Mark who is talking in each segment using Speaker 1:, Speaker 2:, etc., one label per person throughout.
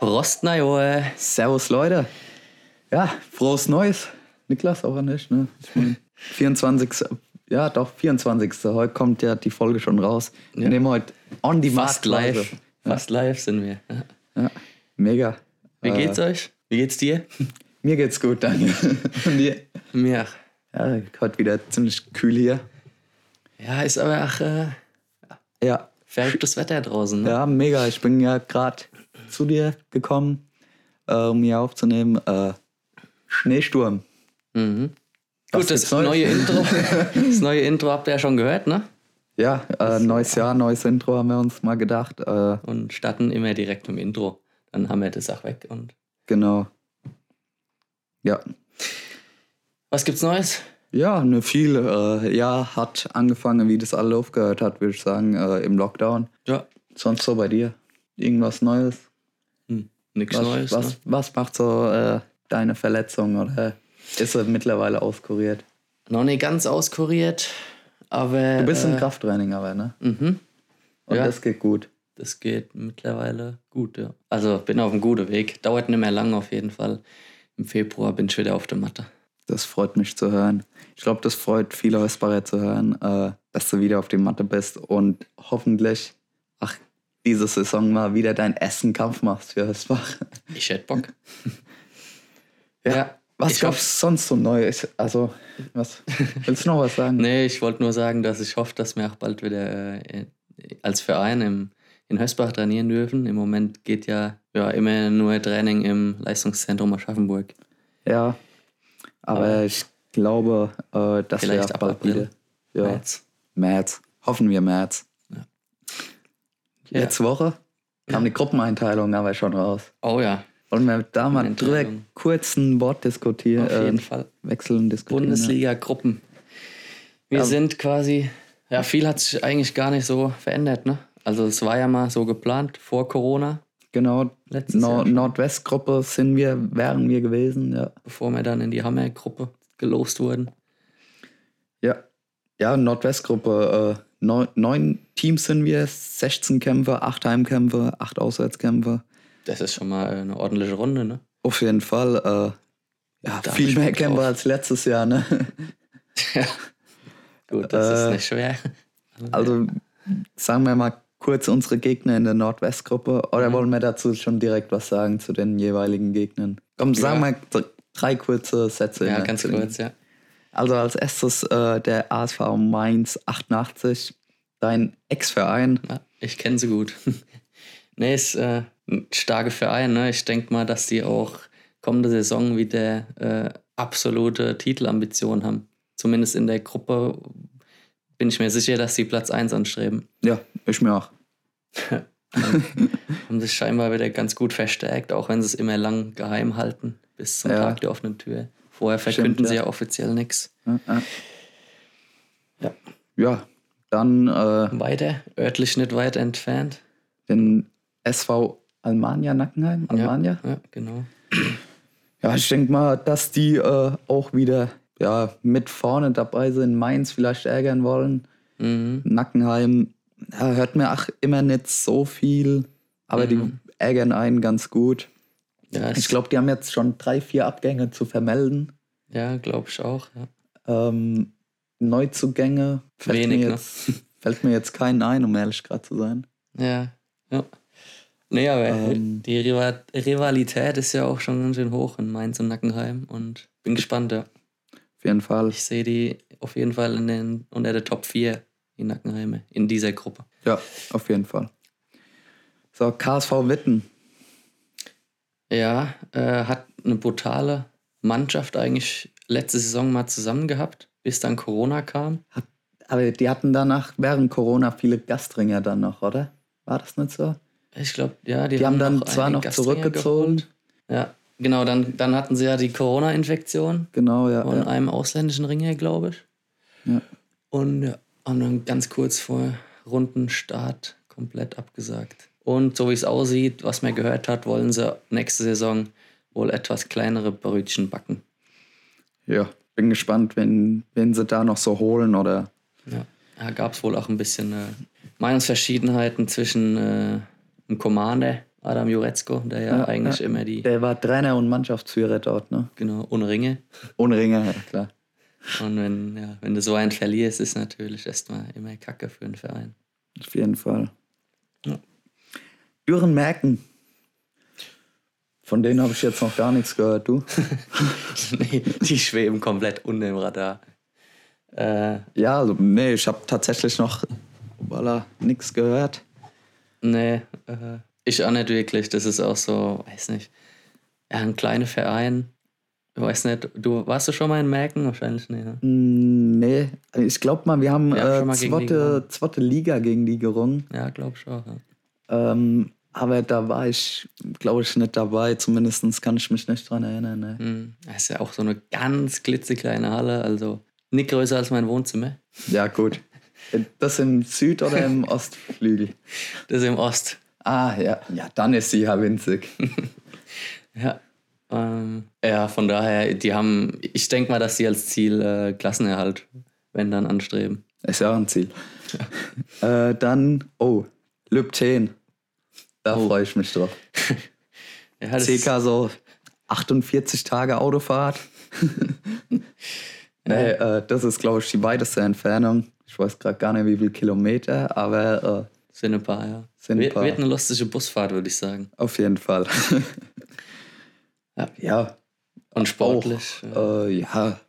Speaker 1: Rost, na ja.
Speaker 2: Servus, Leute. Ja, frohes Neues. Niklas, auch an dich, ne? Ich mein, 24. Ja, doch, 24. Heute kommt ja die Folge schon raus. Wir
Speaker 1: Ja.
Speaker 2: nehmen heute on die
Speaker 1: Fast live. Fast live sind wir. Ja.
Speaker 2: Ja, mega.
Speaker 1: Wie
Speaker 2: Äh,
Speaker 1: geht's euch? Wie geht's dir?
Speaker 2: Mir geht's gut, danke. Und dir?
Speaker 1: Mir.
Speaker 2: Ja, heute wieder ziemlich kühl hier.
Speaker 1: Ja, ist aber ach, äh,
Speaker 2: Ja,
Speaker 1: verrücktes Wetter draußen. Ne?
Speaker 2: ja, mega. Ich bin ja gerade zu dir gekommen, äh, um hier aufzunehmen. Äh, Schneesturm.
Speaker 1: Mhm.
Speaker 2: Was
Speaker 1: Gut, das
Speaker 2: gibt's Neues?
Speaker 1: neue Intro. Das neue Intro habt ihr ja schon gehört, ne?
Speaker 2: Ja, äh, neues Jahr, neues Intro haben wir uns mal gedacht. Äh,
Speaker 1: Und starten immer direkt im Intro. Dann haben wir das auch weg. Und
Speaker 2: genau. Ja,
Speaker 1: was gibt's Neues?
Speaker 2: Ja, ne, viel. Äh, ja, hat angefangen, wie das alle aufgehört hat, würde ich sagen, äh, im Lockdown.
Speaker 1: Ja,
Speaker 2: Sonst so bei dir? Irgendwas Neues?
Speaker 1: hm. nichts
Speaker 2: Was,
Speaker 1: Neues.
Speaker 2: was,
Speaker 1: Ne?
Speaker 2: was macht so äh, deine Verletzung oder ist sie mittlerweile auskuriert?
Speaker 1: Noch nicht ganz auskuriert, aber.
Speaker 2: Du bist
Speaker 1: äh,
Speaker 2: im Krafttraining aber, ne?
Speaker 1: Mhm.
Speaker 2: Und
Speaker 1: ja.
Speaker 2: das geht gut.
Speaker 1: Das geht mittlerweile gut, ja. Also bin auf einem guten Weg. Dauert nicht mehr lang auf jeden Fall. Im Februar bin ich wieder auf der Matte.
Speaker 2: Das freut mich zu hören. Ich glaube, das freut viele Hörsbacher zu hören, äh, dass du wieder auf die Matte bist und hoffentlich, ach, diese Saison mal wieder deinen ersten Kampf machst für Hörsbach.
Speaker 1: Ich hätte Bock.
Speaker 2: Ja. Was
Speaker 1: Ich
Speaker 2: gab's sonst so Neues? Also, was? Willst du noch was sagen?
Speaker 1: Nee, ich wollte nur sagen, dass ich hoffe, dass wir auch bald wieder äh, als Verein im, in Hösbach trainieren dürfen. Im Moment geht ja, ja immer nur Training im Leistungszentrum Aschaffenburg.
Speaker 2: Ja. Aber
Speaker 1: Aber-
Speaker 2: ich glaube, äh, dass
Speaker 1: Vielleicht
Speaker 2: wir
Speaker 1: ab
Speaker 2: bald
Speaker 1: April, ne?
Speaker 2: wieder. Ja, März.
Speaker 1: März.
Speaker 2: Hoffen wir März.
Speaker 1: Ja.
Speaker 2: Letzte Woche kam die Gruppeneinteilung aber schon raus.
Speaker 1: Oh ja,
Speaker 2: Wollen wir da mal drüber
Speaker 1: Gruppeneinteilung.
Speaker 2: kurz ein Wort diskutieren?
Speaker 1: auf jeden
Speaker 2: Äh,
Speaker 1: Fall.
Speaker 2: wechseln, diskutieren.
Speaker 1: Bundesliga-Gruppen. Wir
Speaker 2: Ja.
Speaker 1: sind quasi, ja, viel hat sich eigentlich gar nicht so verändert, ne? Also es war ja mal so geplant vor Corona,
Speaker 2: Genau.
Speaker 1: Letztes Jahr
Speaker 2: Nord
Speaker 1: schon.
Speaker 2: Nordwestgruppe sind wir, wären wir gewesen, ja.
Speaker 1: bevor wir dann in die Hammer-Gruppe gelost wurden.
Speaker 2: Ja, ja Nordwestgruppe. Äh, neun, neun Teams sind wir, 16 Kämpfe, 8 Heimkämpfe, 8 Auswärtskämpfe.
Speaker 1: Das ist schon mal eine ordentliche Runde, ne?
Speaker 2: Auf jeden Fall äh, ja,
Speaker 1: Da hab
Speaker 2: viel
Speaker 1: ich
Speaker 2: mehr
Speaker 1: Bock
Speaker 2: Kämpfe
Speaker 1: drauf.
Speaker 2: als letztes Jahr. Ne?
Speaker 1: Gut, das
Speaker 2: Äh,
Speaker 1: ist nicht schwer.
Speaker 2: Also sagen wir mal kurz unsere Gegner in der Nordwestgruppe. Oder
Speaker 1: Mhm.
Speaker 2: wollen wir dazu schon direkt was sagen zu den jeweiligen Gegnern? Komm, sagen
Speaker 1: Ja.
Speaker 2: wir dr- drei kurze Sätze.
Speaker 1: Ja,
Speaker 2: ne,
Speaker 1: ganz
Speaker 2: zu den-
Speaker 1: kurz, ja.
Speaker 2: Also als erstes äh, der ASV Mainz 88, dein Ex-Verein.
Speaker 1: Ja, ich kenne sie gut. nee, ist äh, ein starker Verein. Ne? Ich denke mal, dass die auch kommende Saison wieder äh, absolute Titelambitionen haben. Zumindest in der Gruppe bin ich mir sicher, dass sie Platz 1 anstreben.
Speaker 2: Ja, ich mir auch.
Speaker 1: Haben sich scheinbar wieder ganz gut verstärkt, auch wenn sie es immer lang geheim halten, bis zum
Speaker 2: Ja.
Speaker 1: Tag der offenen Tür. Vorher verkünden
Speaker 2: Stimmt,
Speaker 1: sie
Speaker 2: ja.
Speaker 1: ja, offiziell nichts.
Speaker 2: Ja, ja.
Speaker 1: Ja.
Speaker 2: Ja, dann äh,
Speaker 1: Weiter, örtlich nicht weit entfernt.
Speaker 2: den SV Almania Nackenheim. Almania.
Speaker 1: Ja, ja genau.
Speaker 2: Ja, ich denke mal, dass die äh, auch wieder ja, mit vorne dabei sind, Mainz vielleicht ärgern wollen.
Speaker 1: Mhm.
Speaker 2: Nackenheim ja, hört mir auch immer nicht so viel, aber
Speaker 1: Mhm.
Speaker 2: die ärgern einen ganz gut.
Speaker 1: Ja,
Speaker 2: Ich glaube, die haben jetzt schon drei, vier Abgänge zu vermelden.
Speaker 1: Ja, glaube ich auch. Ja.
Speaker 2: Ähm, Neuzugänge fällt,
Speaker 1: Wenig,
Speaker 2: mir
Speaker 1: ne?
Speaker 2: jetzt, fällt mir jetzt keinen ein, um ehrlich gerade zu sein.
Speaker 1: Ja. ja. Nee, aber
Speaker 2: Ähm.
Speaker 1: die Riva Rivalität ist ja auch schon ganz schön hoch in Mainz und Nackenheim und bin gespannt, ja.
Speaker 2: Auf jeden Fall.
Speaker 1: Ich sehe die auf jeden Fall in den, unter der Top 4 in Nackenheime, in dieser Gruppe.
Speaker 2: Ja, auf jeden Fall. So, KSV Witten.
Speaker 1: Ja, äh, hat eine brutale Mannschaft eigentlich letzte Saison mal zusammen gehabt, bis dann Corona kam.
Speaker 2: Aber die hatten danach während Corona viele Gastringer dann noch, oder? War das nicht so?
Speaker 1: Ich glaube, ja, die,
Speaker 2: Die haben dann zwar
Speaker 1: einige
Speaker 2: noch
Speaker 1: Gastringer
Speaker 2: zurückgezogen.
Speaker 1: geholt. Ja, genau, dann, dann hatten sie ja die Corona-Infektion.
Speaker 2: Genau, ja.
Speaker 1: von
Speaker 2: ja.
Speaker 1: einem ausländischen Ringer, glaube ich.
Speaker 2: Ja.
Speaker 1: Und ja, haben dann ganz kurz vor Rundenstart komplett abgesagt. Und so wie es aussieht, was man gehört hat, wollen sie nächste Saison wohl etwas kleinere Brötchen backen.
Speaker 2: ja. Bin gespannt, wenn, wenn sie da noch so holen oder.
Speaker 1: Ja. Da gab es wohl auch ein bisschen äh, Meinungsverschiedenheiten zwischen äh, dem Commander Adam Jurecko, der ja,
Speaker 2: Ja,
Speaker 1: eigentlich
Speaker 2: ja.
Speaker 1: immer die,
Speaker 2: Der war Trainer und Mannschaftsführer dort, ne?
Speaker 1: genau, ohne Ringe.
Speaker 2: Ohne Ringer, ja klar.
Speaker 1: Und wenn, ja, wenn du so einen verlierst, ist natürlich erstmal immer Kacke für den Verein.
Speaker 2: Auf jeden Fall.
Speaker 1: Ja.
Speaker 2: Düren Merken. Von denen habe ich jetzt noch gar nichts gehört, du.
Speaker 1: nee, die schweben komplett unter dem Radar. Äh,
Speaker 2: Ja, also, nee, ich habe tatsächlich noch voilà, nichts gehört.
Speaker 1: nee, äh, ich auch nicht wirklich. Das ist auch so, weiß nicht, ja, ein kleiner Verein. Ich weiß nicht, du warst du schon mal in Merken? Wahrscheinlich nicht. Ne?
Speaker 2: Mm, Nee, ich glaube mal, wir haben,
Speaker 1: Wir haben schon
Speaker 2: äh,
Speaker 1: mal gegen die
Speaker 2: zweite, zweite Liga gegen die gerungen.
Speaker 1: Ja, glaub ich auch. Ja.
Speaker 2: Ähm, aber da war ich, glaube ich, nicht dabei. Zumindest kann ich mich nicht dran erinnern. Ne?
Speaker 1: Hm, Das ist ja auch so eine ganz klitzekleine Halle, also nicht größer als mein Wohnzimmer.
Speaker 2: Ja, gut. Das im Süd- oder im Ostflügel?
Speaker 1: Das ist im Ost.
Speaker 2: Ah, ja. Ja, dann ist sie ja winzig.
Speaker 1: Ja. Ähm, ja, von daher, die haben, ich denke mal, dass sie als Ziel äh, Klassenerhalt, wenn dann, anstreben.
Speaker 2: Ist ja auch ein Ziel. äh, dann, oh, Lübten. Da freue ich mich drauf.
Speaker 1: Ja, das,
Speaker 2: CK so 48 Tage Autofahrt. nee, äh, das ist, glaube ich, die weiteste Entfernung. Ich weiß gerade gar nicht, wie viele Kilometer, aber äh,
Speaker 1: Sind ein paar, ja.
Speaker 2: Sind ein
Speaker 1: wird,
Speaker 2: paar.
Speaker 1: wird eine lustige Busfahrt, würde ich sagen.
Speaker 2: äh, auf jeden Fall.
Speaker 1: Ja.
Speaker 2: ja,
Speaker 1: Und
Speaker 2: auch.
Speaker 1: sportlich. ja.
Speaker 2: Äh, ja,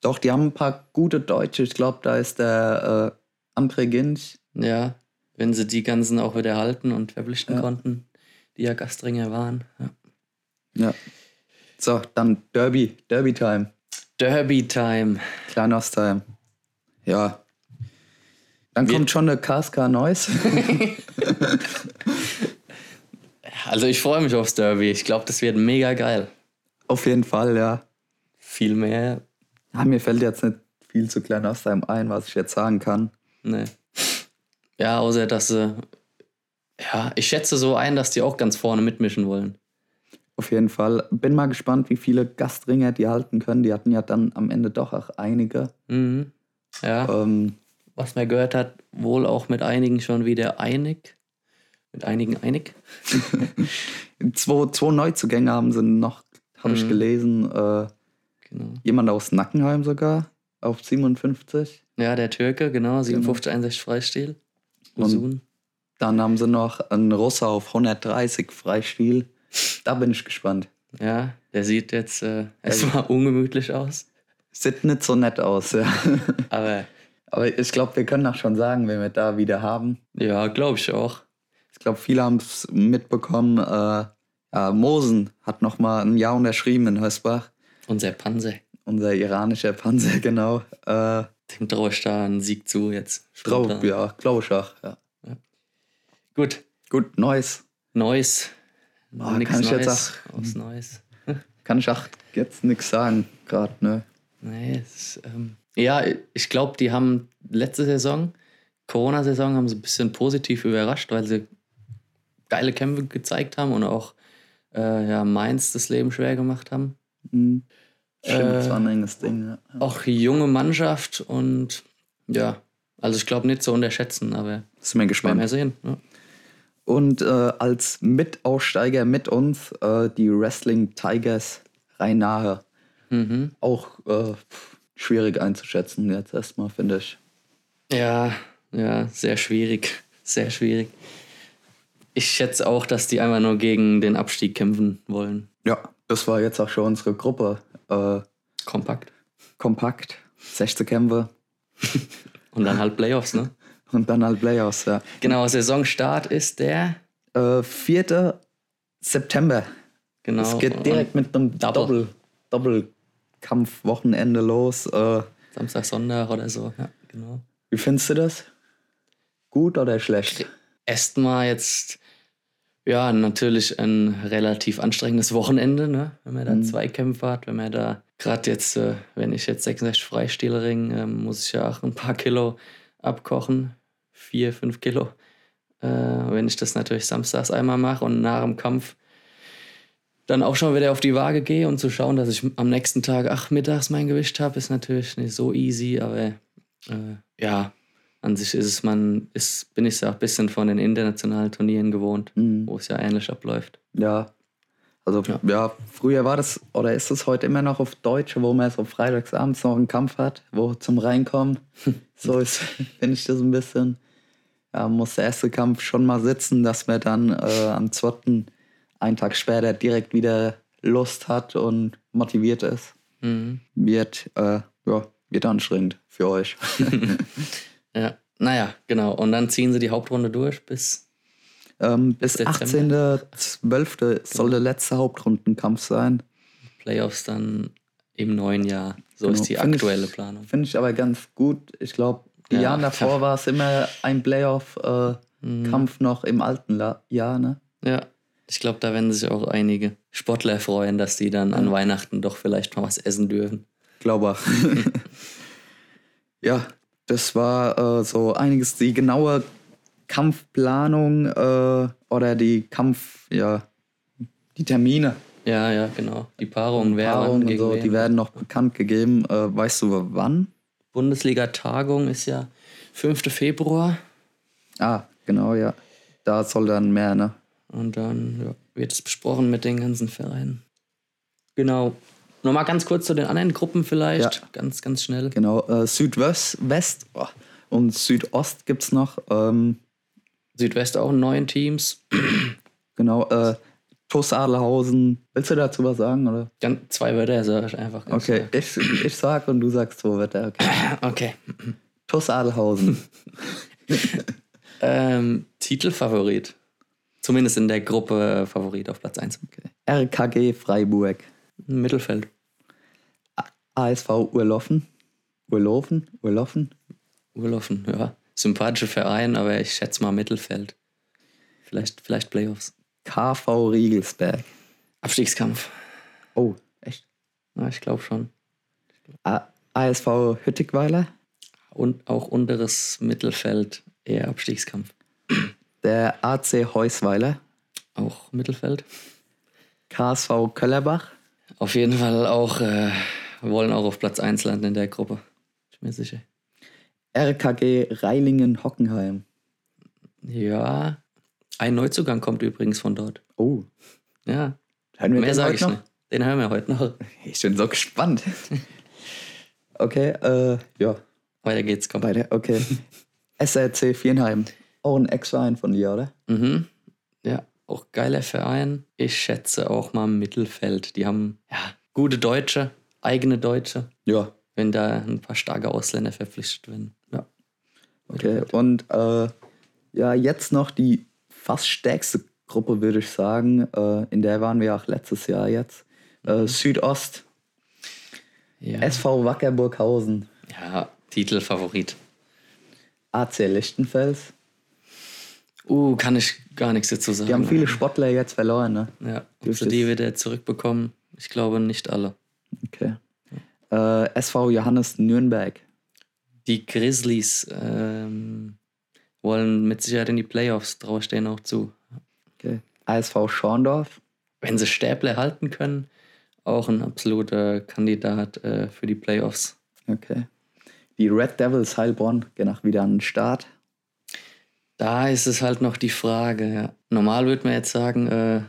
Speaker 2: doch, die haben ein paar gute Deutsche. Ich glaube, da ist der äh, Ambre Ginch.
Speaker 1: ja, wenn sie die ganzen auch wieder halten und verpflichten
Speaker 2: Ja.
Speaker 1: konnten, die ja Gastringer waren. Ja.
Speaker 2: Ja. So, dann Derby, Derby-Time.
Speaker 1: Derby-Time.
Speaker 2: Kleinostheim. Ja. Dann
Speaker 1: Wir-
Speaker 2: kommt schon eine KSK Neuss.
Speaker 1: Also ich freue mich aufs Derby. Ich glaube, das wird mega geil.
Speaker 2: Auf jeden Fall, ja.
Speaker 1: Viel mehr,
Speaker 2: ja. Mir fällt jetzt nicht viel zu Kleinostheim ein, was ich jetzt sagen kann.
Speaker 1: ne. Ja, außer dass sie. Ja, ich schätze so ein, dass die auch ganz vorne mitmischen wollen.
Speaker 2: Auf jeden Fall. Bin mal gespannt, wie viele Gastringer die halten können. Die hatten ja dann am Ende doch auch einige.
Speaker 1: Mhm. Ja.
Speaker 2: Ähm,
Speaker 1: was man gehört hat, wohl auch mit einigen schon wieder einig. Mit einigen einig.
Speaker 2: zwei, zwei Neuzugänge haben sie noch, habe ich
Speaker 1: Mhm.
Speaker 2: gelesen. Äh,
Speaker 1: Genau.
Speaker 2: jemand aus Nackenheim sogar auf 57.
Speaker 1: Ja, der Türke, genau, 57, 61 Freistil.
Speaker 2: Und-
Speaker 1: Usun.
Speaker 2: Dann haben sie noch einen Russer auf 130 Freistil. Da bin ich gespannt.
Speaker 1: Ja, der sieht jetzt äh,
Speaker 2: Also
Speaker 1: erstmal ungemütlich aus.
Speaker 2: Sieht nicht so nett aus, ja.
Speaker 1: Aber
Speaker 2: Aber ich glaube, wir können auch schon sagen, wen wir da wieder haben.
Speaker 1: ja, glaube ich auch.
Speaker 2: Ich glaube, viele haben es mitbekommen. Äh, äh, Mosen hat nochmal ein Jahr unterschrieben in Hösbach.
Speaker 1: Unser Panzer.
Speaker 2: Unser iranischer Panzer, genau. Äh,
Speaker 1: Dem traue ich da einen Sieg zu jetzt.
Speaker 2: Traub,
Speaker 1: Spontan.
Speaker 2: ja, Glauschach. Ja.
Speaker 1: Gut.
Speaker 2: Gut, Neues.
Speaker 1: Neues.
Speaker 2: Ah,
Speaker 1: Nix
Speaker 2: kann ich jetzt Hm.
Speaker 1: Neues. Aus Neues.
Speaker 2: Kann ich auch jetzt nichts sagen, gerade, ne?
Speaker 1: Nee, es, ist, ähm, ja, ich glaube, die haben letzte Saison, Corona-Saison, haben sie ein bisschen positiv überrascht, weil sie geile Kämpfe gezeigt haben und auch äh, ja, Mainz das Leben schwer gemacht haben.
Speaker 2: Hm. Stimmt,
Speaker 1: Äh,
Speaker 2: es war ein enges Ding. Ja.
Speaker 1: Auch junge Mannschaft und ja, also ich glaube nicht zu unterschätzen, aber
Speaker 2: Sind wir
Speaker 1: werden
Speaker 2: gespannt.
Speaker 1: wir sehen. ne? Ja.
Speaker 2: Und äh, als Mitaussteiger mit uns äh, die Wrestling Tigers Rheinahe.
Speaker 1: Mhm.
Speaker 2: auch äh, pff, schwierig einzuschätzen jetzt erstmal, finde ich.
Speaker 1: Ja, ja, sehr schwierig. Sehr schwierig. Ich schätze auch, dass die einfach nur gegen den Abstieg kämpfen wollen.
Speaker 2: Ja, das war jetzt auch schon unsere Gruppe. Äh,
Speaker 1: Kompakt.
Speaker 2: kompakt, 16 Kämpfe
Speaker 1: Und dann halt Playoffs, ne?
Speaker 2: und dann halt Playoffs. Ja.
Speaker 1: Genau, Saisonstart ist der.
Speaker 2: Äh, 4. September.
Speaker 1: Genau.
Speaker 2: Es geht direkt mit einem
Speaker 1: Double.
Speaker 2: Double. Doppelkampf-Wochenende los. Äh,
Speaker 1: und Samstag, Sonntag oder so. Ja, genau.
Speaker 2: wie findest du das? Gut oder schlecht?
Speaker 1: Erstmal jetzt, ja, natürlich ein relativ anstrengendes Wochenende, ne? Wenn man da zwei Kämpfe hat, wenn man da gerade jetzt, äh, wenn ich jetzt 66 Freistilering, ähm, muss ich ja auch ein paar Kilo abkochen. Vier, fünf Kilo. Äh, wenn ich das natürlich samstags einmal mache und nach dem Kampf dann auch schon wieder auf die Waage gehe und zu schauen, dass ich am nächsten Tag, ach, mittags mein Gewicht habe, ist natürlich nicht so easy, aber äh, ja, an sich ist es man, ist, bin ich ja auch ein bisschen von den internationalen Turnieren gewohnt,
Speaker 2: Mhm.
Speaker 1: wo es ja ähnlich abläuft.
Speaker 2: Ja. Also
Speaker 1: Ja.
Speaker 2: ja. früher war das oder ist es heute immer noch auf Deutsch, wo man so freitagsabends noch einen Kampf hat, wo zum Reinkommen. so ist, finde ich das ein bisschen. Ja, muss der erste Kampf schon mal sitzen, dass man dann äh, am zweiten, einen Tag später, direkt wieder Lust hat und motiviert ist.
Speaker 1: Mhm.
Speaker 2: Wird, äh, ja, wird anstrengend für euch.
Speaker 1: Ja, naja, genau. Und dann ziehen sie die Hauptrunde durch bis.
Speaker 2: ähm, bis
Speaker 1: Dezember. Genau.
Speaker 2: 18.12. soll der letzte Hauptrundenkampf sein.
Speaker 1: Playoffs dann im neuen Jahr. So
Speaker 2: Genau.
Speaker 1: ist die
Speaker 2: Find ich-
Speaker 1: aktuelle Planung.
Speaker 2: Finde ich aber ganz gut. Ich glaube, die
Speaker 1: Ja,
Speaker 2: Jahre davor
Speaker 1: ja.
Speaker 2: war es immer ein
Speaker 1: Mhm.
Speaker 2: Playoff-Kampf noch im alten La Jahr, ne?
Speaker 1: Ja, ich glaube, da werden sich auch einige Sportler freuen, dass die dann an Weihnachten doch vielleicht mal was essen dürfen.
Speaker 2: Glaube. ja, das war äh, so einiges. Die genaue Kampfplanung äh, oder die Kampf, ja, die Termine,
Speaker 1: Ja, ja, genau. Die Paarungen, wer
Speaker 2: Paarungen
Speaker 1: wann
Speaker 2: und
Speaker 1: gegen
Speaker 2: so,
Speaker 1: wen.
Speaker 2: die werden noch bekannt gegeben. Äh, weißt du wann?
Speaker 1: Bundesliga-Tagung ist ja 5. Februar
Speaker 2: Ah, genau, ja. Da soll dann mehr, ne?
Speaker 1: und dann ja, wird es besprochen mit den ganzen Vereinen. Genau. Nochmal ganz kurz zu den anderen Gruppen vielleicht.
Speaker 2: Ja.
Speaker 1: Ganz, ganz schnell.
Speaker 2: Genau, äh, Südwest West, oh, und Südost gibt es noch. Ähm,
Speaker 1: Südwest auch neun Teams.
Speaker 2: genau, äh, TuS Adelhausen. Willst du dazu was sagen? Oder?
Speaker 1: Ganz, zwei Wörter sage ich einfach. Ganz
Speaker 2: Okay, ich, ich sag und du sagst so, Wetter. Okay.
Speaker 1: klar. Okay.
Speaker 2: TuS Adelhausen.
Speaker 1: Ähm, Titelfavorit. Zumindest in der Gruppe Favorit auf Platz 1.
Speaker 2: RKG Freiburg.
Speaker 1: Mittelfeld.
Speaker 2: ASV Urloffen. Urloffen? Urloffen?
Speaker 1: Urlaufen, ja. Sympathischer Verein, aber ich schätze mal Mittelfeld. Vielleicht, vielleicht Playoffs.
Speaker 2: KV Riegelsberg.
Speaker 1: Abstiegskampf.
Speaker 2: Oh, echt?
Speaker 1: Ja, ich glaube schon.
Speaker 2: A ASV Hüttigweiler.
Speaker 1: Und auch unteres Mittelfeld eher Abstiegskampf.
Speaker 2: Der AC Heusweiler.
Speaker 1: Auch Mittelfeld.
Speaker 2: KSV Köllerbach.
Speaker 1: Auf jeden Fall auch, äh, wollen auch auf Platz 1 landen in der Gruppe. Ich bin mir sicher.
Speaker 2: RKG Reilingen-Hockenheim.
Speaker 1: Ja. Ein Neuzugang kommt übrigens von dort.
Speaker 2: Oh,
Speaker 1: Ja.
Speaker 2: hören wir
Speaker 1: Mehr
Speaker 2: den
Speaker 1: sage
Speaker 2: heute
Speaker 1: ich nicht. Den hören wir heute noch.
Speaker 2: Ich bin so gespannt. Okay, äh, ja,
Speaker 1: Weiter geht's, komm.
Speaker 2: beide, okay. SRC Vienheim. Auch ein Ex-Verein von dir, oder?
Speaker 1: Mhm. Ja, auch geiler Verein. Ich schätze auch mal Mittelfeld. Die haben ja, gute Deutsche, eigene Deutsche,
Speaker 2: Ja.
Speaker 1: wenn da ein paar starke Ausländer verpflichtet werden. Ja.
Speaker 2: Okay, und äh, ja, jetzt noch die fast stärkste Gruppe, würde ich sagen. Äh, in der waren wir auch letztes Jahr jetzt.
Speaker 1: Mhm.
Speaker 2: Äh, Südost,
Speaker 1: Ja,
Speaker 2: SV Wackerburghausen,
Speaker 1: ja Titelfavorit.
Speaker 2: AC Lichtenfels.
Speaker 1: Uh, kann ich gar nichts dazu sagen.
Speaker 2: Die haben viele Sportler jetzt verloren, ne?
Speaker 1: Ja, ob
Speaker 2: Dürfte
Speaker 1: sie die
Speaker 2: es-
Speaker 1: wieder zurückbekommen, ich glaube nicht alle.
Speaker 2: Okay. Äh, SV Johannes Nürnberg.
Speaker 1: Die Grizzlies ähm, wollen mit Sicherheit in die Playoffs, traue ich denen auch zu.
Speaker 2: Okay. ASV Schorndorf.
Speaker 1: wenn sie Stäble halten können, auch ein absoluter Kandidat äh, für die Playoffs.
Speaker 2: Okay. Die Red Devils Heilbronn gehen auch wieder an den Start.
Speaker 1: Da ist es halt noch die Frage. Ja. Normal würde man jetzt sagen, äh,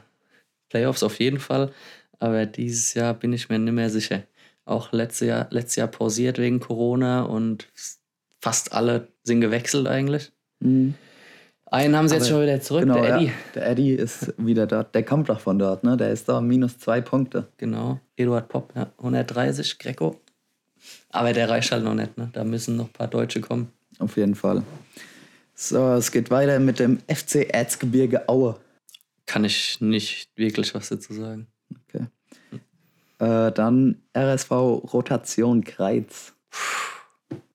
Speaker 1: Playoffs auf jeden Fall, aber dieses Jahr bin ich mir nicht mehr sicher. Auch letztes Jahr, letztes Jahr pausiert wegen Corona und s- fast alle sind gewechselt eigentlich. Einen haben sie jetzt
Speaker 2: Aber-
Speaker 1: schon wieder zurück,
Speaker 2: Genau,
Speaker 1: der Eddie.
Speaker 2: Ja. Der Eddie ist wieder dort. Der kommt doch von dort, ne? Der ist da minus zwei Punkte.
Speaker 1: Genau, Eduard Popp, ja. 130, Greco. Aber der reicht halt noch nicht, ne? Da müssen noch ein paar Deutsche kommen.
Speaker 2: Auf jeden Fall. So, es geht weiter mit dem FC Erzgebirge Aue.
Speaker 1: Kann ich nicht wirklich was dazu sagen.
Speaker 2: Okay. Äh, dann RSV Rotation Kreiz.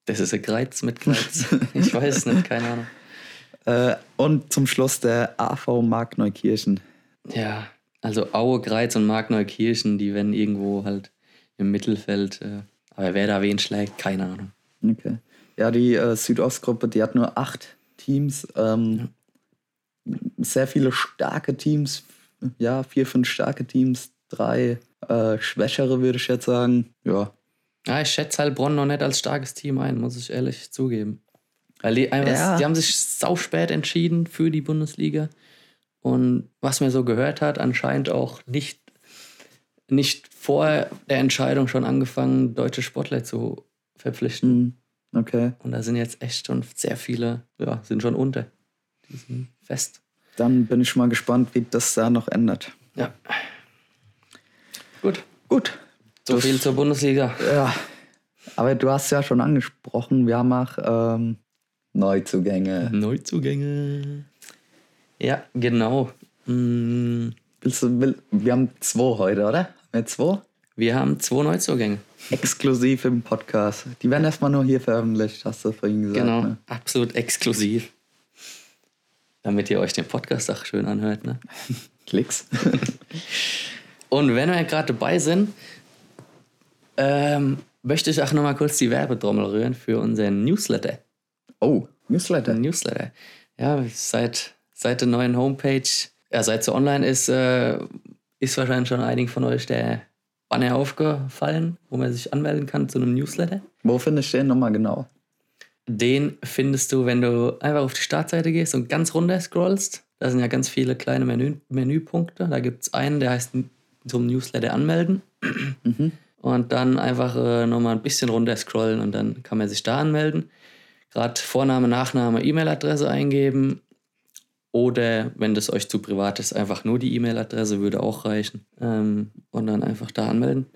Speaker 1: Das ist ein Greiz mit Greiz. ich weiß es nicht, keine Ahnung.
Speaker 2: Äh, und zum Schluss der AV Markneukirchen.
Speaker 1: Ja, also Aue, Greiz und Markneukirchen, die werden irgendwo halt im Mittelfeld. Äh, aber wer da wen schlägt, keine Ahnung.
Speaker 2: Okay. Ja, die äh, Südostgruppe, die hat nur acht Teams. Ähm, Sehr viele starke Teams. Ja, vier, fünf starke Teams. Drei äh, schwächere, würde ich jetzt sagen. Ja.
Speaker 1: Ah, Ja, ich schätze Heilbronn noch nicht als starkes Team ein, muss ich ehrlich zugeben. Weil die, einfach,
Speaker 2: Ja.
Speaker 1: die haben sich sau spät entschieden für die Bundesliga. Und was mir so gehört hat, anscheinend auch nicht, nicht vor der Entscheidung schon angefangen, deutsche Sportler zu verpflichten.
Speaker 2: Hm, Okay.
Speaker 1: Und da sind jetzt echt schon sehr viele, ja, sind schon unter diesem Fest.
Speaker 2: Dann bin ich mal gespannt, wie das da noch ändert.
Speaker 1: Ja. Gut,
Speaker 2: Gut.
Speaker 1: so
Speaker 2: Das-
Speaker 1: viel zur Bundesliga.
Speaker 2: Ja. Aber du hast ja schon angesprochen, wir haben auch ähm,
Speaker 1: Mhm.
Speaker 2: Neuzugänge.
Speaker 1: Neuzugänge. Ja, genau. Mm,
Speaker 2: Willst du, will, wir haben zwei heute, oder? Haben wir zwei?
Speaker 1: Wir haben zwei Neuzugänge.
Speaker 2: Exklusiv im Podcast. Die werden erstmal nur hier veröffentlicht, hast du vorhin gesagt.
Speaker 1: Genau,
Speaker 2: Ne?
Speaker 1: absolut exklusiv. Damit ihr euch den Podcast auch schön anhört. Ne?
Speaker 2: Klicks.
Speaker 1: Und wenn wir gerade dabei sind, ähm, möchte ich auch nochmal kurz die Werbetrommel rühren für unseren Newsletter.
Speaker 2: Oh, Newsletter.
Speaker 1: Den Newsletter. Ja, seit, seit der neuen Homepage, ja, seit sie online ist, äh, ist wahrscheinlich schon einigen von euch der Banner aufgefallen, wo man sich anmelden kann zu einem Newsletter.
Speaker 2: Wo finde ich den nochmal genau?
Speaker 1: Den findest du, wenn du einfach auf die Startseite gehst und ganz runter scrollst. Da sind ja ganz viele kleine Menü Menüpunkte. Da gibt es einen, der heißt zum Newsletter anmelden.
Speaker 2: Mhm.
Speaker 1: Und dann einfach äh, nochmal ein bisschen runter scrollen und dann kann man sich da anmelden. Gerade Vorname, Nachname, E-Mail-Adresse eingeben. Oder wenn das euch zu privat ist, einfach nur die E-Mail-Adresse würde auch reichen. Ähm, und dann einfach da anmelden.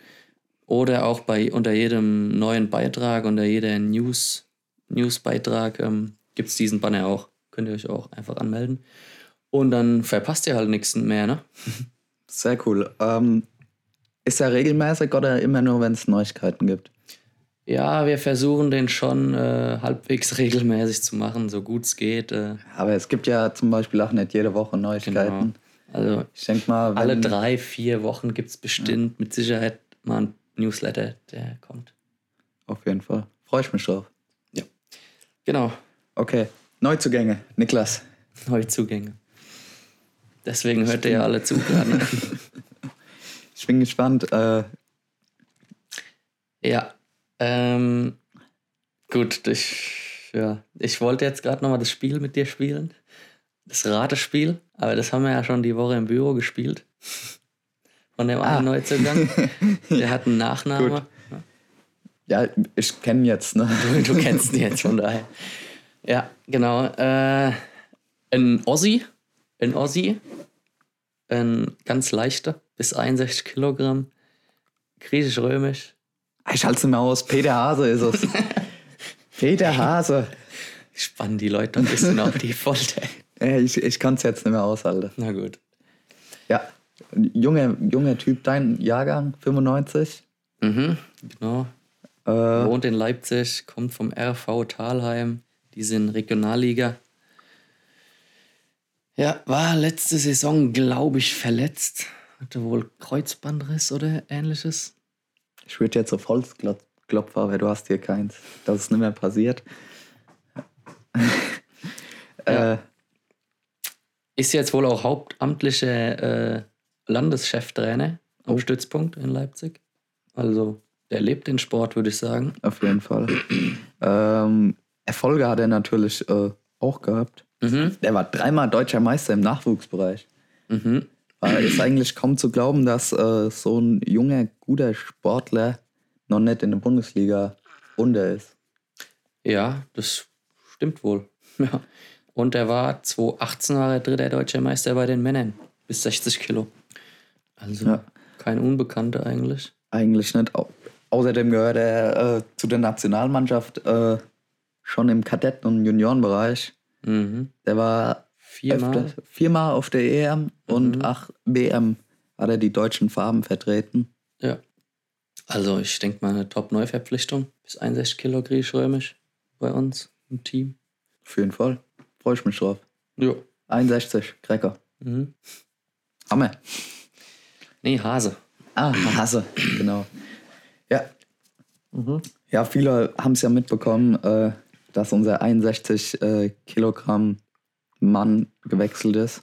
Speaker 1: Oder auch bei unter jedem neuen Beitrag, unter jeder News, Newsbeitrag ähm, gibt es diesen Banner auch. Könnt ihr euch auch einfach anmelden. Und dann verpasst ihr halt nichts mehr, ne?
Speaker 2: Sehr cool. Ähm, ist er regelmäßig oder immer nur, wenn es Neuigkeiten gibt?
Speaker 1: Ja, wir versuchen den schon äh, halbwegs regelmäßig zu machen, so gut es geht. Äh,
Speaker 2: Aber es gibt ja zum Beispiel auch nicht jede Woche
Speaker 1: genau.
Speaker 2: Neuigkeiten.
Speaker 1: Also
Speaker 2: Ich denke mal, wenn,
Speaker 1: alle drei, vier Wochen gibt es bestimmt mit Sicherheit mal einen Newsletter, der kommt.
Speaker 2: Auf jeden Fall. Freue ich mich drauf.
Speaker 1: Genau,
Speaker 2: Okay. Neuzugänge. Niklas.
Speaker 1: neue Zugänge. Deswegen hört ihr ja alle zu gerade. ne?
Speaker 2: Ich bin gespannt. Äh,
Speaker 1: Ja. Ähm, gut, ich, ja, ich wollte jetzt gerade nochmal das Spiel mit dir spielen. Das Ratespiel. Aber das haben wir ja schon die Woche im Büro gespielt. Von dem einen Neuzugang. Der hat einen Nachname.
Speaker 2: ja, ich kenne jetzt, ne?
Speaker 1: Du, du kennst ihn jetzt von daher. Ja, genau. Äh, ein Ossi. Ein Ossi. Ein ganz leichter. Bis 61 Kilogramm. Griechisch-römisch.
Speaker 2: Ich halte es nicht mehr aus. Peter Hase ist es. Peter Hase.
Speaker 1: Ich spann die Leute ein bisschen auf die Folter.
Speaker 2: Ey, Äh, ich ich kann es jetzt nicht mehr aushalten.
Speaker 1: Na gut.
Speaker 2: Ja. Ein Junger, junger Typ, dein Jahrgang, 95.
Speaker 1: Mhm, genau.
Speaker 2: Äh,
Speaker 1: Wohnt in Leipzig, kommt vom RV Thalheim. Die sind Regionalliga. Ja, war letzte Saison, glaube ich, verletzt. Hatte wohl Kreuzbandriss oder ähnliches.
Speaker 2: ich würde jetzt auf Holz klop- klopfen, aber du hast hier keins. Das ist nicht mehr passiert. äh,
Speaker 1: Ist jetzt wohl auch hauptamtlicher äh, Landescheftrainer am Stützpunkt in Leipzig. Also, der lebt den Sport, würde ich sagen.
Speaker 2: auf jeden Fall. ähm, Erfolge hat er natürlich äh, auch gehabt.
Speaker 1: Mhm.
Speaker 2: Der war dreimal deutscher Meister im Nachwuchsbereich.
Speaker 1: Mhm.
Speaker 2: Äh, ist eigentlich kaum zu glauben, dass äh, so ein junger, guter Sportler noch nicht in der Bundesliga unter ist.
Speaker 1: Ja, das stimmt wohl. Ja. Und er war 2018 war er dritter deutscher Meister bei den Männern. Bis 60 Kilo. Also
Speaker 2: Ja.
Speaker 1: kein Unbekannter eigentlich.
Speaker 2: Eigentlich nicht. Au Außerdem gehört er äh, zu der Nationalmannschaft äh, schon im Kadetten- und Juniorenbereich.
Speaker 1: Mhm.
Speaker 2: Der war
Speaker 1: Viermal. Mhm.
Speaker 2: öfter- viermal auf der EM und acht WM hat er die deutschen Farben vertreten.
Speaker 1: Ja. Also ich denke mal eine Top-Neuverpflichtung. Bis 61 Kilo griechisch-römisch bei uns im Team.
Speaker 2: Auf jeden Fall. Freue ich mich drauf.
Speaker 1: Ja.
Speaker 2: 61, Cracker.
Speaker 1: Mhm.
Speaker 2: Hammer.
Speaker 1: Nee, Hase.
Speaker 2: Ah, Hase, genau. Ja.
Speaker 1: Mhm.
Speaker 2: Ja, viele haben es ja mitbekommen, äh, dass unser 61 äh, Kilogramm Mann gewechselt ist.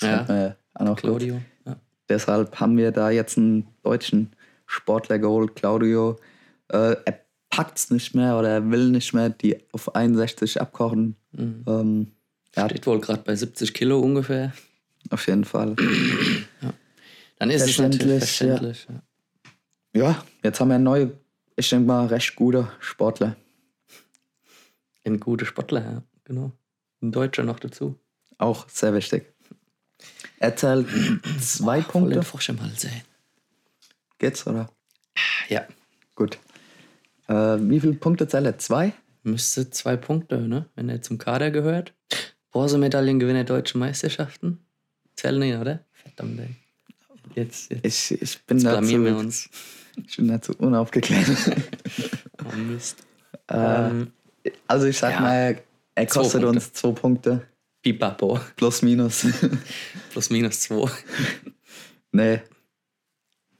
Speaker 1: Ja.
Speaker 2: Äh, auch noch kurz.
Speaker 1: Claudio. Ja.
Speaker 2: Deshalb haben wir da jetzt einen deutschen Sportler geholt, Claudio. Äh, er packt's nicht mehr oder er will nicht mehr die auf 61 abkochen.
Speaker 1: Mhm.
Speaker 2: Ähm, ja,
Speaker 1: Steht wohl gerade bei 70 Kilo ungefähr.
Speaker 2: auf jeden Fall.
Speaker 1: Dann ist es natürlich
Speaker 2: Verständlich,
Speaker 1: verständlich. Ja.
Speaker 2: Ja, jetzt haben wir neue, ich denke mal, recht gute Sportler.
Speaker 1: Ein guter Sportler, ja. genau. Ein Deutscher noch dazu.
Speaker 2: Auch sehr wichtig. Erzähl zwei
Speaker 1: Voll den
Speaker 2: Punkte.
Speaker 1: Frosch im Hals, ey.
Speaker 2: Geht's, oder?
Speaker 1: Ja,
Speaker 2: Gut. Äh, wie viele Punkte zählt er? Zwei?
Speaker 1: müsste zwei Punkte, ne? Wenn er zum Kader gehört. Bronzemedaillengewinner deutsche Meisterschaften. Zählen ihn, oder? Verdammt, ey. Jetzt, jetzt
Speaker 2: Ich, ich bin
Speaker 1: blamieren wir
Speaker 2: dazu,
Speaker 1: uns.
Speaker 2: ich bin dazu unaufgeklärt.
Speaker 1: Oh, Mist.
Speaker 2: äh,
Speaker 1: Ähm,
Speaker 2: also ich sag
Speaker 1: ja.
Speaker 2: mal, er
Speaker 1: Zwei
Speaker 2: kostet
Speaker 1: Punkte.
Speaker 2: uns zwei Punkte.
Speaker 1: Pipapo.
Speaker 2: Plus, minus.
Speaker 1: Plus minus zwei.
Speaker 2: nee.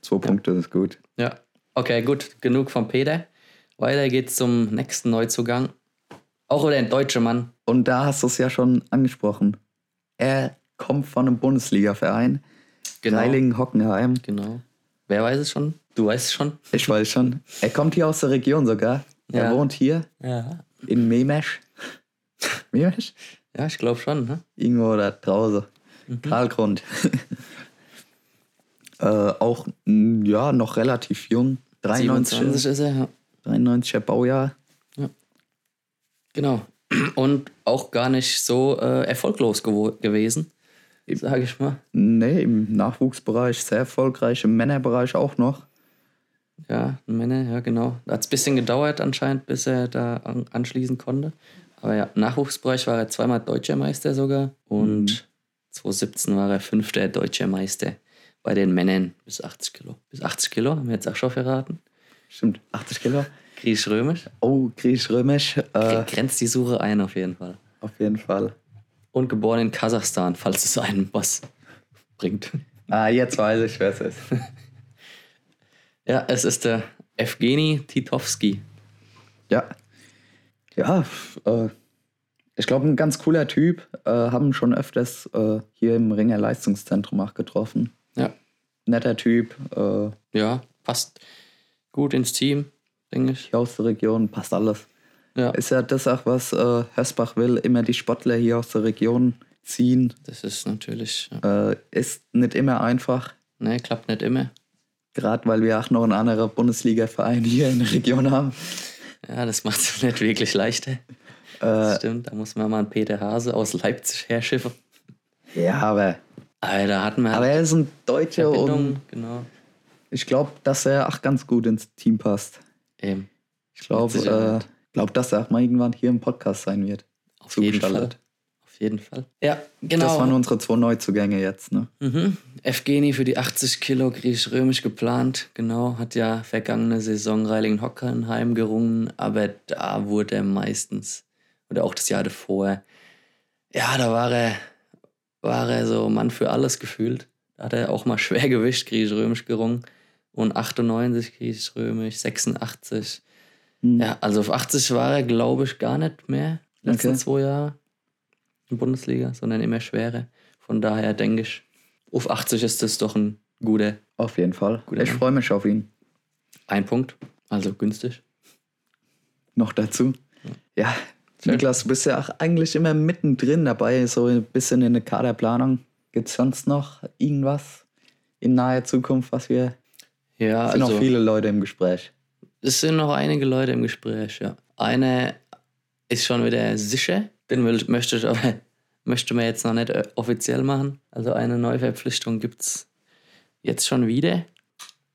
Speaker 2: Zwei Punkte ist gut.
Speaker 1: Ja. Okay, gut. Genug von Peter. Weiter geht's zum nächsten Neuzugang. Auch wieder ein deutscher Mann.
Speaker 2: Und da hast du es ja schon angesprochen. Er kommt von einem Bundesliga-Verein. Reilingen Hockenheim.
Speaker 1: Genau. Wer weiß es schon? Du weißt es schon?
Speaker 2: Ich weiß schon. Er kommt hier aus der Region sogar.
Speaker 1: Ja.
Speaker 2: Er wohnt hier
Speaker 1: Ja.
Speaker 2: in Memesch. Memesch?
Speaker 1: Ja, ich glaube schon. Ne?
Speaker 2: Irgendwo da draußen. Karlgrund. äh, auch, mm, ja, noch relativ jung.
Speaker 1: 27
Speaker 2: 93,
Speaker 1: ist er. Ja.
Speaker 2: 93er Baujahr.
Speaker 1: Genau. Und auch gar nicht so äh, erfolglos gewo- gewesen, sage ich mal.
Speaker 2: Nee, im Nachwuchsbereich sehr erfolgreich, im Männerbereich auch noch.
Speaker 1: Ja, Männer, ja, genau. Hat es ein bisschen gedauert anscheinend, bis er da an anschließen konnte. Aber ja, im Nachwuchsbereich war er zweimal deutscher Meister sogar. Und 2017 war er fünfter deutscher Meister bei den Männern bis 80 Kilo. Bis 80 Kilo, haben wir jetzt auch schon verraten.
Speaker 2: Stimmt, 80 Kilo.
Speaker 1: Griechisch-Römisch.
Speaker 2: Oh, griechisch-römisch. Äh,
Speaker 1: Grenzt die Suche ein auf jeden Fall.
Speaker 2: auf jeden Fall.
Speaker 1: Und geboren in Kasachstan, falls es einem was bringt.
Speaker 2: Ah, jetzt weiß ich, wer es ist.
Speaker 1: Ja, es ist der Evgeny Titowski.
Speaker 2: Ja. Ja, f- äh, ich glaube, ein ganz cooler Typ. Äh, haben schon öfters äh, hier im Ringer Leistungszentrum auch getroffen.
Speaker 1: Ja.
Speaker 2: Netter Typ. Äh,
Speaker 1: Ja, passt gut ins Team, denke ich.
Speaker 2: hier aus der Region, passt alles.
Speaker 1: Ja,
Speaker 2: Ist ja das auch, was äh, Hösbach will, immer die Sportler hier aus der Region ziehen.
Speaker 1: das ist natürlich. Ja.
Speaker 2: Äh, ist nicht immer einfach,
Speaker 1: Ne, klappt nicht immer.
Speaker 2: gerade weil wir auch noch einen anderen Bundesliga-Verein hier in der Region haben.
Speaker 1: Ja, das macht es nicht wirklich leichter. Das
Speaker 2: Äh,
Speaker 1: stimmt, da muss man mal einen Peter Hase aus Leipzig herschiffen.
Speaker 2: ja, aber,
Speaker 1: Aber da hatten wir
Speaker 2: aber um
Speaker 1: halt
Speaker 2: er ist ein Deutscher und
Speaker 1: Verbindung, genau.
Speaker 2: ich glaube, dass er auch ganz gut ins Team passt.
Speaker 1: Eben,
Speaker 2: Ich glaube,
Speaker 1: Mit Sicherheit.
Speaker 2: äh, glaub, dass er auch mal irgendwann hier im Podcast sein wird.
Speaker 1: auf jeden Fall.
Speaker 2: Zugeschallert.
Speaker 1: Auf jeden Fall. Ja, genau.
Speaker 2: Das waren unsere zwei Neuzugänge jetzt. Ne?
Speaker 1: Mhm. Evgeni für die 80 Kilo griechisch-römisch geplant, genau, hat ja vergangene Saison Reilingen-Hockenheim gerungen, aber da wurde er meistens, oder auch das Jahr davor, ja, da war er, war er so Mann für alles gefühlt. Da hat er auch mal Schwergewicht griechisch-römisch gerungen und 98 griechisch-römisch, 86.
Speaker 2: Hm.
Speaker 1: Ja, also auf 80 war er, glaube ich, gar nicht mehr, die letzten
Speaker 2: Okay.
Speaker 1: zwei Jahre in der Bundesliga, sondern immer schwerer. Von daher denke ich, auf 80 ist das doch ein guter
Speaker 2: Auf jeden Fall.
Speaker 1: Guter
Speaker 2: ich
Speaker 1: Mann.
Speaker 2: freue mich auf ihn.
Speaker 1: Einpunkt. Also günstig.
Speaker 2: Noch dazu. Ja,
Speaker 1: Schön.
Speaker 2: Niklas, du bist ja auch eigentlich immer mittendrin dabei, so ein bisschen in der Kaderplanung. Gibt es sonst noch irgendwas in naher Zukunft, was wir.
Speaker 1: Ja,
Speaker 2: Es sind
Speaker 1: also
Speaker 2: noch viele Leute im Gespräch.
Speaker 1: es sind noch einige Leute im Gespräch, ja. Einer ist schon wieder sicher, den will, möchte ich aber möchte man jetzt noch nicht äh, offiziell machen. Also eine Neuverpflichtung gibt es jetzt schon wieder.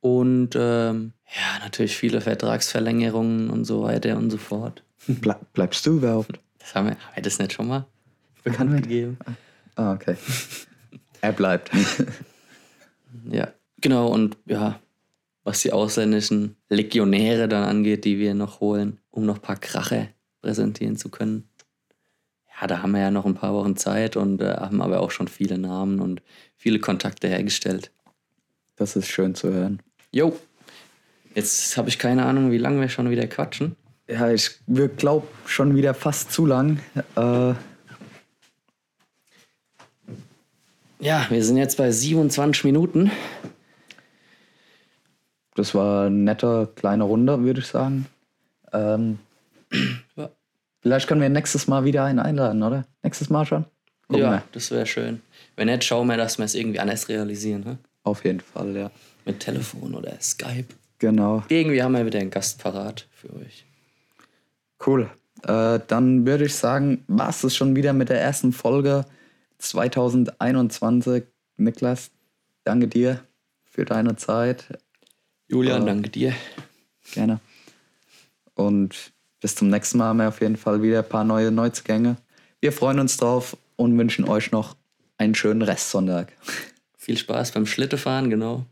Speaker 1: Und ähm, ja, natürlich viele Vertragsverlängerungen und so weiter und so fort.
Speaker 2: Ble bleibst du überhaupt?
Speaker 1: Das haben wir, haben wir das nicht schon mal bekannt gegeben.
Speaker 2: Ah, okay. er bleibt.
Speaker 1: Ja, genau. Und ja, was die ausländischen Legionäre dann angeht, die wir noch holen, um noch ein paar Krache präsentieren zu können. Ja, da haben wir ja noch ein paar Wochen Zeit und äh, haben aber auch schon viele Namen und viele Kontakte hergestellt.
Speaker 2: das ist schön zu hören.
Speaker 1: Jo, jetzt habe ich keine Ahnung, wie lange wir schon wieder quatschen.
Speaker 2: Ja, ich wir glaub schon wieder fast zu lang. Äh,
Speaker 1: Ja, wir sind jetzt bei 27 Minuten.
Speaker 2: das war eine nette kleine Runde, würde ich sagen. Ähm,
Speaker 1: Ja.
Speaker 2: Vielleicht können wir nächstes Mal wieder einen einladen, oder? Nächstes Mal schon? Gucken
Speaker 1: ja,
Speaker 2: wir.
Speaker 1: das wäre schön. Wenn nicht, schauen wir, dass wir es irgendwie anders realisieren. Ne?
Speaker 2: Auf jeden Fall, ja.
Speaker 1: Mit Telefon oder Skype.
Speaker 2: Genau.
Speaker 1: Irgendwie haben wir wieder einen Gast parat für euch.
Speaker 2: Cool. Äh, dann würde ich sagen, war es das schon wieder mit der ersten Folge 2021. Niklas, danke dir für deine Zeit.
Speaker 1: Julian,
Speaker 2: Ah.
Speaker 1: danke dir.
Speaker 2: Gerne. Und bis zum nächsten Mal haben wir auf jeden Fall wieder ein paar neue Neuzugänge. Wir freuen uns drauf und wünschen euch noch einen schönen Restsonntag.
Speaker 1: Viel Spaß beim Schlittefahren, genau.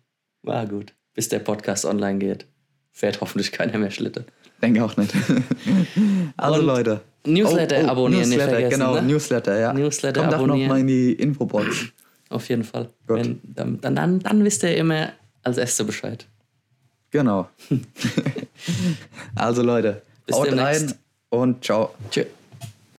Speaker 1: War gut. Bis der Podcast online geht, fährt hoffentlich keiner mehr Schlitte.
Speaker 2: Denke auch nicht. also
Speaker 1: Und
Speaker 2: Leute. Oh,
Speaker 1: Newsletter abonnieren, nicht
Speaker 2: Newsletter,
Speaker 1: vergessen,
Speaker 2: Genau,
Speaker 1: ne?
Speaker 2: Newsletter, ja.
Speaker 1: Newsletter
Speaker 2: Kommt auch
Speaker 1: abonnieren.
Speaker 2: nochmal in die Infobox.
Speaker 1: Auf jeden Fall.
Speaker 2: Gut.
Speaker 1: Wenn, dann, dann, dann, dann wisst ihr immer als Erster Bescheid.
Speaker 2: Genau. also Leute,
Speaker 1: Bis
Speaker 2: haut
Speaker 1: demnächst.
Speaker 2: rein und ciao.
Speaker 1: Tschüss.